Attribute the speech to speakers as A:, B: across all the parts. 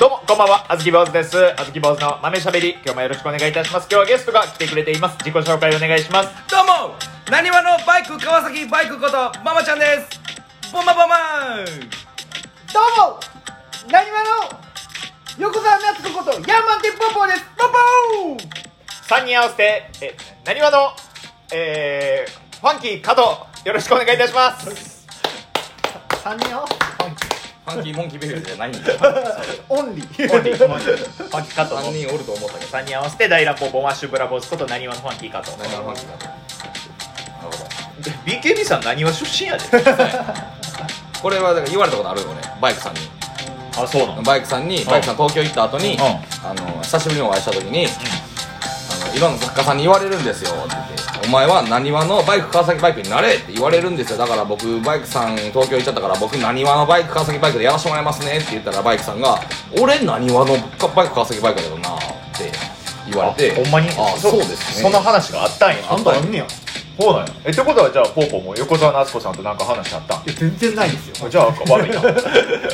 A: どうも、こんばんは、あずき坊主です。あずき坊主の豆しゃべり、今日もよろしくお願いいたします。今日はゲストが来てくれています。自己紹介お願いします。
B: どうもなにわのバイク川崎バイクことママちゃんですボンバボンバン
C: どうもなにわの横澤夏子ことヤンマンテポンポンですポンポン
A: 3人合わせて、え、なにわの、えー、ファンキー加藤、よろしくお願いいたします。
C: 三人よ
B: ファンキーモンキーベルじゃないんだ
C: オンリー
A: ファンキー、ファンキー加
B: 3
A: 藤。
B: 人おると思ったけど
A: 3人合わせて、大乱暴ボンアッシュブラボスこと、なにわのファンキー加藤。
B: なにわのファンキーだとなるほ
A: BKB さん、なにわ出身やで。
B: どこれはだから言われたことあるよねバイクさんに
A: あ、そうなの
B: バイクさんにバイクさん東京行った後に、
A: うん
B: あの久しぶりにお会いした時に、あのいろんな作家さんに言われるんですよって言って「お前はなにわのバイク川崎バイクになれ」って言われるんですよだから僕バイクさん東京行っちゃったから僕なにわのバイク川崎バイクでやらせてもらいますねって言ったらバイクさんが「俺なにわのバイク川崎バイクだけどな」って言われて
A: ほんまに
B: あそうです
A: そ
B: ね
A: んな話があったんや。
C: あんたあんねや
A: そうなんや。え、ってことは、じゃあ、ポーポーも横澤夏子さんとなんか話あったん
C: いや全然ないですよ
A: じゃあ、悪いな。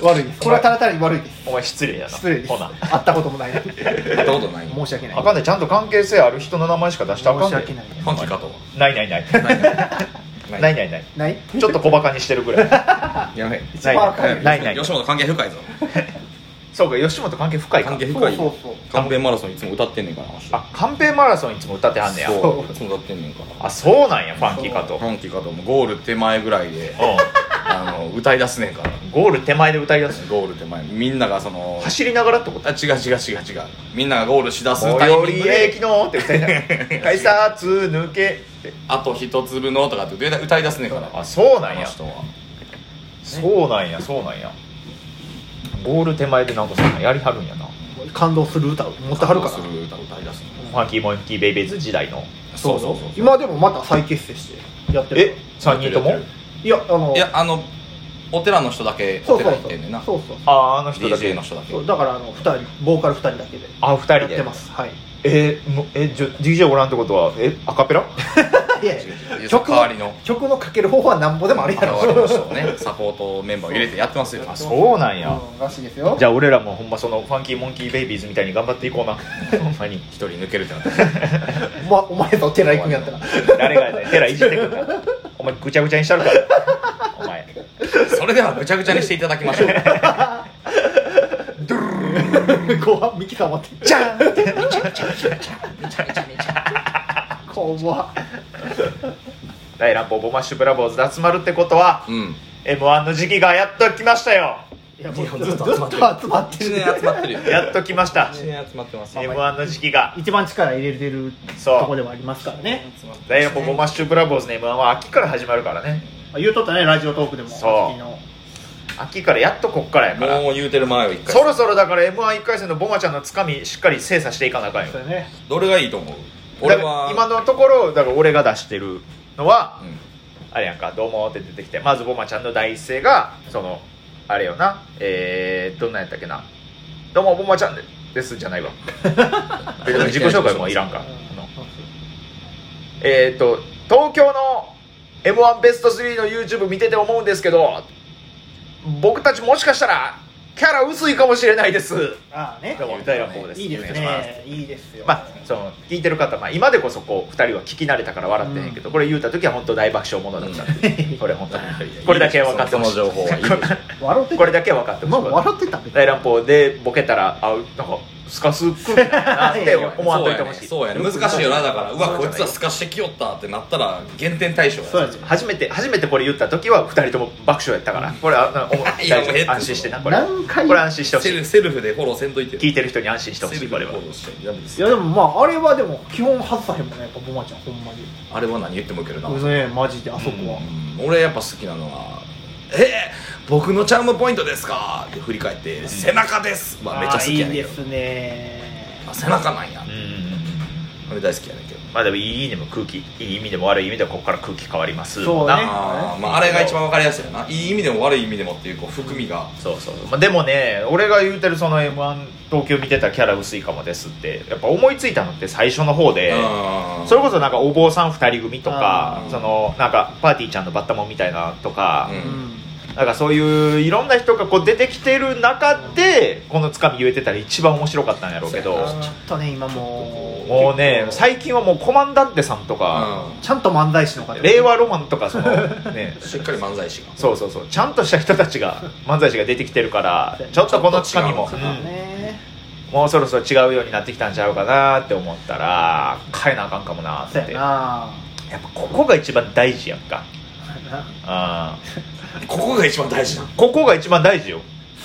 C: 悪いですこれはただ単に悪いです
A: お前失礼やな。
C: 失礼です
A: ほな。
C: 会ったこともないのに
B: やったことない
C: 申し訳ない
A: あかんねちゃんと関係性ある人の名前しか出したらあかんね
C: 申し訳ない
B: ファンキーかとは
A: ないないないな
B: な
A: な
B: い
A: いないない
C: ない
A: ちょっと小バカにしてるぐらい
B: やべ
A: ない
C: わかん
A: ないない
B: 吉本関係深いぞ
A: そうか吉本関係深いか
B: 関係
C: そ
B: 深
C: う
B: い
C: そう
B: よ
C: そう
B: カンペンマラソンいつも歌ってんねんから
A: あカンペマラソンいつも歌ってはんねや
B: そういつも歌ってんねんから
A: あそうなんやファンキーかと
B: ファンキーかともゴール手前ぐらいであの歌い出すねんから
A: うんゴール手前で歌い出す
B: ゴール手前みんながその
A: 走りながらってこと
B: あ違う違う違う違うみんながゴールしだす
A: 最
B: タイ
A: 寄
B: ミン
A: り
B: グで
A: 駅のって歌いながら改札抜けって
B: あと一粒のとかって歌い出すねんから
A: あそうなん
B: あ
A: や
B: の人は
A: そうなんやそうなんやゴール手前でなんかそんなんやりはるんやなフ
C: 感動する歌を持ってはるか
B: 感
C: ら
B: 動する歌歌い出すね
A: ァンキーモンキーベイベーズ時代の
B: そうそうそう
C: 今でもまた再結成してやってる
A: え
C: か
A: 三人とも
B: やってる
C: らいやあの
B: いやあのお寺の人だけ
C: そ
B: お
C: うそ
B: 寺
C: う
B: 行っ
C: そう
B: てんねんな
C: そうそう
A: あああの人だけ
B: DJ の人だけ
C: そうだからあの二人ボーカル二人だけで
A: あ二人で
C: やってますはい
A: えー、もえじゃ DJ おらんってことはえアカペラ
C: いやい
B: 違う
C: や
B: 違ういや
C: 曲
B: 代わりの
C: の曲のかける方法はなんぼでもあるや
B: 代
C: ろ
B: わりの人をねサポートメンバーを入れてやってますよ
A: あ そうなんや、
C: うんらしいですよ
A: じゃあ俺らもほんまそのファンキーモンキーベイビーズみたいに頑張っていこ うなほんまに
B: 一人抜けるってなって
C: お前お前と寺行くんやったら
A: 誰がやねん寺いじってくんだお前ぐちゃぐちゃにしたるからお前
B: それではぐちゃぐちゃにしていただきま しょう
C: 怖っミキさん待って
A: じゃんって
C: 怖っ
A: 大乱暴ボマッシュブラボーズで集まるってことは
B: うん
A: m 1の時期がやっと来ましたよ
C: いやも
B: いうや
C: ず
B: ず
C: っ
B: っ
C: と
B: と
C: ずっと
B: 集まってる
C: 集まってる
B: 一年集まってるよ
A: やっと来ました
B: 一年集まってますね
A: m 1の時期が
C: 一番力入れてる
A: そう
C: とこではありますからね
A: 大乱暴ボマッシュブラボーズの m 1は秋から始まるからね
C: あ言うとったねラジオトークでも
A: そう
C: あの時の
A: 秋からやっとこっからやから
B: もう言うてる前よ一
A: そ
B: 回
A: ろそろだから m 1 1回戦のボマちゃんのつかみしっかり精査していかなあかんよ
C: そうやね
B: どれがいいと思う
A: 俺
B: 俺
A: は
B: は
A: 今のところだから俺が出してるのは、
B: うん
A: あれやんか「どうも」って出てきてまずボマちゃんの第一声がそのあれよなえー、どんなんやったっけな「どうもボマちゃんでです」じゃないわ別に自己紹介もいらんかあのえー、っと東京の m 1ベスト3の YouTube 見てて思うんですけど僕たちもしかしたらキャラ薄いかもしれないです
C: ああね
A: どうも大乱暴です
C: いいです
A: お願いします
C: ねいいですよ
A: まあ、その聞いてる方、まあ、今でこそこう2人は聞き慣れたから笑ってへんけど、これ言うた時は本当大爆笑ものだったんで、 これ本当にこれだけは分かって
B: そ
A: ほ
B: の
A: しい
B: 情報はいいでしょ
C: 笑って
A: こ
C: た
A: れだけは分かって
C: まあ
A: ほしい、
C: 笑ってたけど
A: 大乱暴でボケたらあなんかスカスくるなって 思わんといてほしい
B: そうやねそうやね難しいよなだからうわこいつは透かしてきよったってなったら減点対象や
C: そうや
B: ね
C: ね
A: 初めて初めてこれ言った時は2人とも爆笑やったからこれはあお大
B: いやもう
A: 丈夫安心してなこれ
C: 何回
A: これ安心してほし
B: セ
A: い
B: ルセルフでフォローせんといて
A: 聞いてる人に安心してほ
B: セ
A: し
B: ル
A: い
B: フ
A: こ
B: で
A: れは
B: フォローしてダメです
C: いやでもまああれはでも基本外さへんもんねやっぱボマちゃんほんまに
B: あれは何言ってもいけるな、
C: うぜえマジであそこは
B: うん俺やっぱ好きなのは「えー、僕のチャームポイントですか?」って振り返って「背中です」はめっちゃ好きや
C: ああい
B: ね
C: いで
B: んけど
C: すね
B: あ背中なんや
A: うんうんうん
B: 俺大好きやねんけど
A: まあでもいい意味でも空気いい意味でも悪い意味でもここから空気変わります
C: そうね
B: あーまああれが一番わかりやすいよないい意味でも悪い意味でもっていうこう含みが
A: そうそう、まあ、でもね俺が言うてるその m 1東京見てたキャラ薄いかもですってやっぱ思いついたのって最初の方で、
B: うん
A: それこそなんかお坊さん2人組とか
B: うん
A: そのなんかパーティーちゃんのバッタモンみたいなとか、
B: うん
C: うん
A: なんかそういういろんな人がこう出てきてる中でこのつかみ言えてたら一番面白かったんやろうけど
B: そうやな
C: ちょっとね今もう
A: もうね
C: 結構
A: 最近はもうコマンダンテさんとか、
B: う
C: ちゃんと漫才師の方
A: 令和ロマンとか そのね
B: んしっかり漫才師が
A: そうそうそうちゃんとした人たちが漫才師が出てきてるからちょっとこのつかみも、
B: ちょっと
A: う
B: 違うん
C: ね
A: もうそろそろ違うようになってきたんちゃうかなって思ったら変えなあかんかもなっ
C: そ
A: て
C: うや
A: や
C: な
A: っぱここが一番大事やんか
C: そうやな
A: あ
B: ここが一番大事なの
A: ここが一番大事よ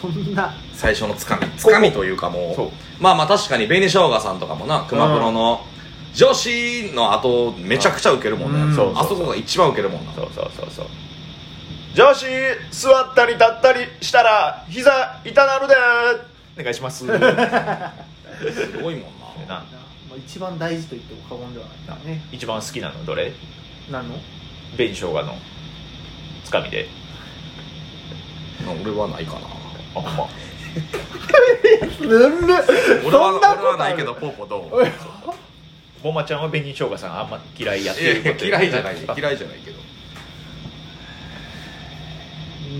C: そんな
B: 最初のつかみつかみというかもう
A: そう
B: まあまあ確かに紅生姜さんとかもな熊プロの女子の後めちゃくちゃウケるもんね、
C: うん
A: そうそう
B: あそこが一番ウケるもんな
A: そうそうそうそう女子座ったり立ったりしたら膝痛なるでお願いしますな
B: すごいもんな
C: まあ一番大事と言っても過言ではないからね
A: 一番好きなのどれ
C: 何の
A: 紅生姜のつかみで
B: 俺はないかな
A: あほんま
C: ぬるそん
B: 俺は
C: な
B: 俺は
C: ことあ
B: ないけ
C: る
B: どポーポーどう
C: おい
A: ボマちゃんは紅生姜さんあんま嫌いやっ
B: い
A: て
B: や
A: る
B: いや嫌いじゃない
A: ですか
B: 嫌いじゃないけど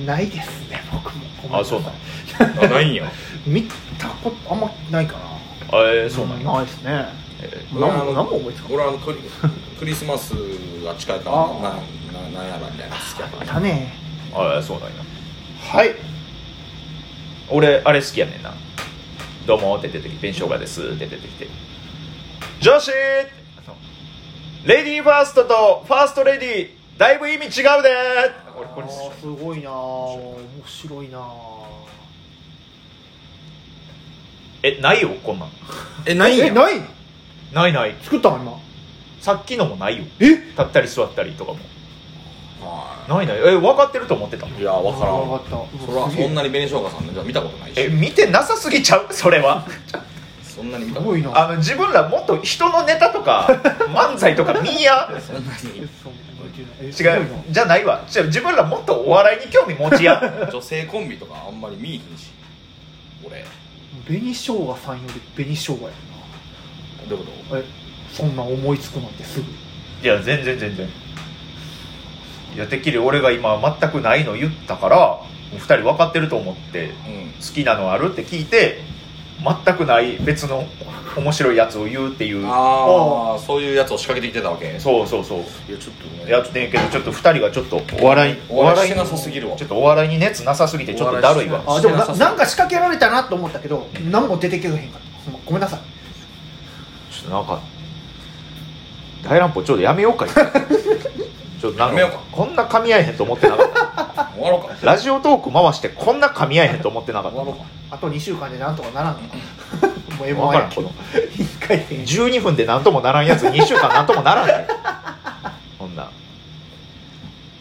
C: ないですね僕もごめん
A: あそうな
C: な
A: の
C: さい
B: あないんや
C: 見たことあんまないかな
A: えー、そうなんや、
C: ないですね
A: え
C: 何も何も思いつかない
B: 俺はあのクリクリスマスが近いから
C: あ
B: なななんやらみたいな好きやから
C: だね
A: ーあーそうなんや
C: はい
A: 俺あれ好きやねんな「どうも」って出てきて「弁償がです」って出てきて「女子!あの」レディーファーストとファーストレディーだいぶ意味違うで俺これ
C: あーすごいな面白いな
A: えないよこんなん
B: えないん
C: え
B: や
C: ない
A: ないない
C: 作ったの今
A: さっきのもないよ
C: え
A: 立ったり座ったりとかも
B: は
A: ないないえ分かってると思ってた
B: いいや分から
C: わ
B: ん
C: かった
B: それは
C: すげ
B: そ
C: え
B: んなに紅生姜さんねじゃあ見たことない
A: え
B: し
A: 見てなさすぎちゃうそれは
B: そんなに見
C: す
B: た
C: ご
B: ことない
C: いな
A: あの自分らもっと人のネタとか漫才とか見や
B: そんなに
C: えそうえす
A: 違
C: ごいな
A: うじゃないわ違う自分らもっとお笑いに興味持ちや
B: 女性コンビとかあんまり見いひんし俺
C: 紅生姜さんより紅生姜や
B: どういうこ
C: なえそんな思いつくなんてすぐ
A: いや全然全然いやてっきり俺が今全くないの言ったからもう2人分かってると思って
B: とうん
A: 好きなのあるって聞いて全くない別の面白いやつを言うっていう
B: ああそういうやつを仕掛けてきてたわけ
A: そうそうそう
B: いやちょっとね
A: やってんけどちょっと2人がちょっとお笑い
B: お笑いしてなさすぎるわ
A: ちょっとお笑いに熱なさすぎてちょっとだるいわ
B: お
C: あ
B: 笑
C: で
B: して
C: も
B: なさ
C: な
B: そう
C: なんか仕掛けられたなと思ったけど何も出てけずへんかったほんまごめんなさい
A: ちょっとなんか大乱歩ちょっとやめよう か一回ちょっとなん
B: やめようか
A: こんな噛み合えへんと思ってなかった
B: 終わろうか
A: ラジオトーク回してこんな噛み合えへんと思ってなかっ
B: 終
A: た
B: わろうか
C: あと2週間でなんとかならんのかもう
A: わ
C: M−1
A: か
C: や
A: らんこの
C: 1回戦
A: 12分で何ともならんやつ2週間何ともならんねこんな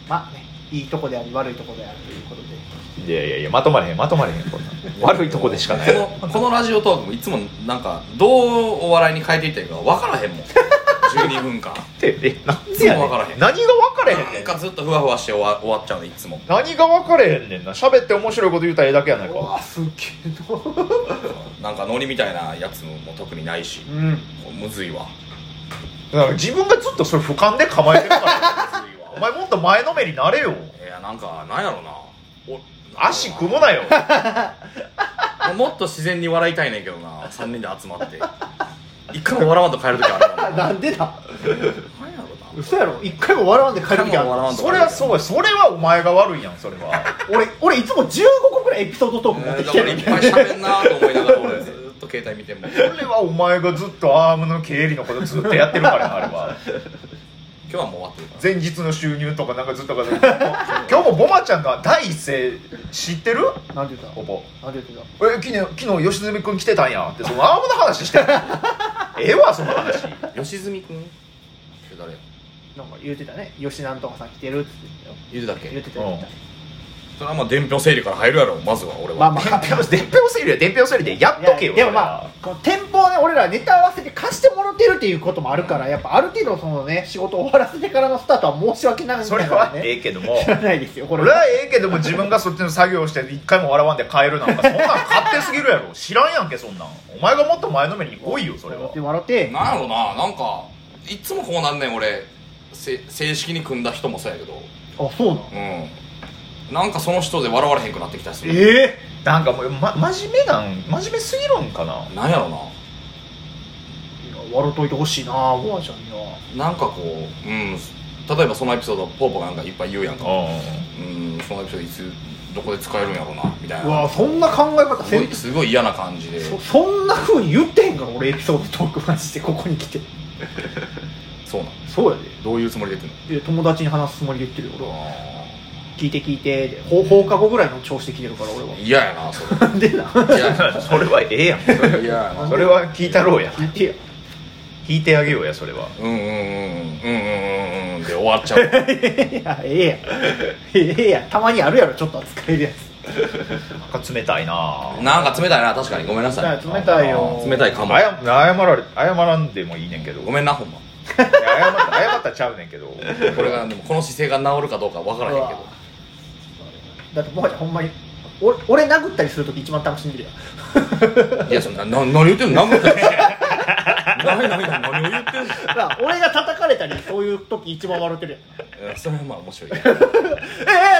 C: まあねいいとこであり悪いとこであるということで
A: いやいやいやまとまれへんまとまれへんこんな悪いとこでしかない
B: このこのラジオトークもいつもなんかどうお笑いに変えていったらいいか分からへ んもん12分間
A: ってえなんでやね
B: いつもわからへん
A: 何が分かれへん
B: な
A: ね
B: ん
A: ん
B: かずっとふわふわして終わ終わっちゃうねいつも
A: 何が分かれへんねんな喋って面白いこと言うたらええだけやないか
C: わすっげえ
B: なんかノリみたいなやつも特にないし
C: なうん
B: むず いわ
A: だから自分がずっとそれ俯瞰で構えてるからお前もっと前のめりなれよ
B: いやなんかなんやろなお
A: 足組むなよ
B: もっと自然に笑いたいねんけどな3人で集まって一回も笑わんと帰る時あるもんな
C: なんでだ
B: なんやろな
C: 嘘やろ一回も笑わんで帰る時あ
B: 一回も笑わ
C: る
B: んと
A: それはそうやそれはお前が悪いやんそれは
C: 俺俺いつも15個くらいエピソードト ーク持って
B: だ
C: き
B: か
C: て
B: ら
C: る
B: いっぱい喋んなと思いながら俺ずっと携帯見てんもん今
A: それはお前がずっとアームの経理のことずっとやってるからなあれは
B: 日はもう終わってるから
A: 前日の収入とかなんかずっとか今日もボマちゃんの第一声知ってる
C: なんて言った
A: ほぼ
C: なんて言って
A: 「え昨日昨日良純君来てたんや」ってそのアームの話してるええわその話
B: 吉住君誰
C: たなんか言うてたね吉なんとかさん来てるって
B: 言うてたっ
C: 言ってたよ言ってた言って
B: それはまあ伝票整理から入るやろまずは俺は
C: まあまあ
A: 伝票伝票整理や伝票整理でや
C: た
A: っとけよ
C: いやでも
A: それは
C: まあこの店舗をね俺らネタ合わせて貸してもらってるっていうこともあるからやっぱある程度そのね仕事を終わらせてからのスタートは申し訳ない
A: それ
C: から
A: は
C: ね
A: ええけども
C: 知らないですよこれ
A: 俺はええけども自分がそっちの作業をして一回も笑わんで帰るなんかそんなん勝手すぎるやろ 知らんやんけそんなんお前がもっと前のめりに来いよそれは
C: 笑って笑って
B: なんやろななんかいっつもこうなんねん俺せ正式に組んだ人もそうやけど
C: あそうなの
B: うんなんかその人で笑われへんくなってきたりする
C: ええ
A: なんかもう、ま、真面目なん真面目すぎるんかな
B: なんやろ
C: いや笑っといてほしいなボマちゃんには
B: ななんかこううん例えばそのエピソードポーポがなんかいっぱい言うやんかうんそのエピソードいつどこで使えるんやろうなみたいうな
C: わそんな考え方
B: す
C: せ
B: ご
C: ん
B: いすごい嫌な感じで
C: そそんなふうに言ってへんから俺エピソードトークマジでここに来て
B: そうなん
C: そうや
B: どういうつもりで言ってんの
C: でいや友達に話すつもりで言ってるよ俺は
B: あ
C: 聞いて聞いてで放放課後ぐらいの調子で聞いてるから俺は
B: ー嫌 やなそれ
C: なんでな
B: 嫌 や な
A: それはええやん
B: 嫌やな
A: それは聞いたろうや
C: 聞いてよ
A: 聞いてあげようやそれは
B: うんうんうんうんうんうんうんで終わっちゃうわ
C: いやええやんええやんたまにあるやろちょっと扱えるやつ
A: なんか冷たいな
B: なんか冷たいな確かにごめんなさい
C: 冷たいよ
B: 冷たいかも
A: 謝謝られ謝らんでもいいねんけど
B: ご
A: ん
B: めんなほんま
A: 謝った謝ったらちゃうねんけど
B: これがでもこの姿勢が治るかどうかわからへん
C: う
B: け
C: わだ
B: ど
C: ってもはやほんまに俺俺殴ったりするとき一番楽しんでるやん
B: いやそんなな何言ってんの何も言ってない何何何何を言ってんの
C: だから俺が叩かれたりそういう時一番笑ってるやん
B: いやそれはまあ面白いね
C: え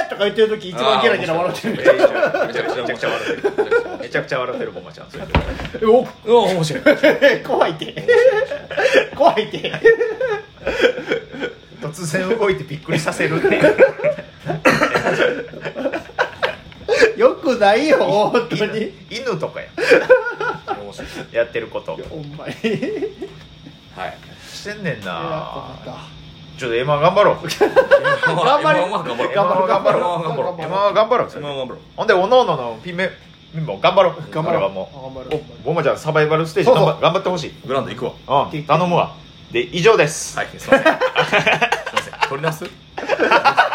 C: えとか言ってる時一番ゲラゲラ笑って
A: め
C: る
A: ちゃくちゃめちゃくちゃ笑ってる
B: る
A: めちゃくちゃ笑ってるボマちゃんそれ
C: えお
B: うわ面白い
C: 怖いって怖いって
A: 突然動いてびっくりさせるって
C: よくないよ本当に
A: 犬とかや
B: 面白い
A: やってること
C: ほんまに
B: はい
A: してんねん
C: あ
A: なちょっと今頑張 ろう
B: 頑
C: 張れ
B: 頑張ろ
A: 頑
B: う
A: 張ろう頑張ろう
B: 頑張ろう
A: 今は頑張ろうそれ
B: 今頑張ろう
A: ほんでおのおののピンメンも頑張ろう
C: 頑張
A: そ
C: ろう
A: れはも
C: 頑張ろ
A: う
C: う頑張ろう
A: おボマちゃんサバイバルステージ
C: そうそう
A: 頑張頑張ってほしい
B: グランド行くわ
A: うん頼むわで以上です
B: はいすいませんすいません取り直す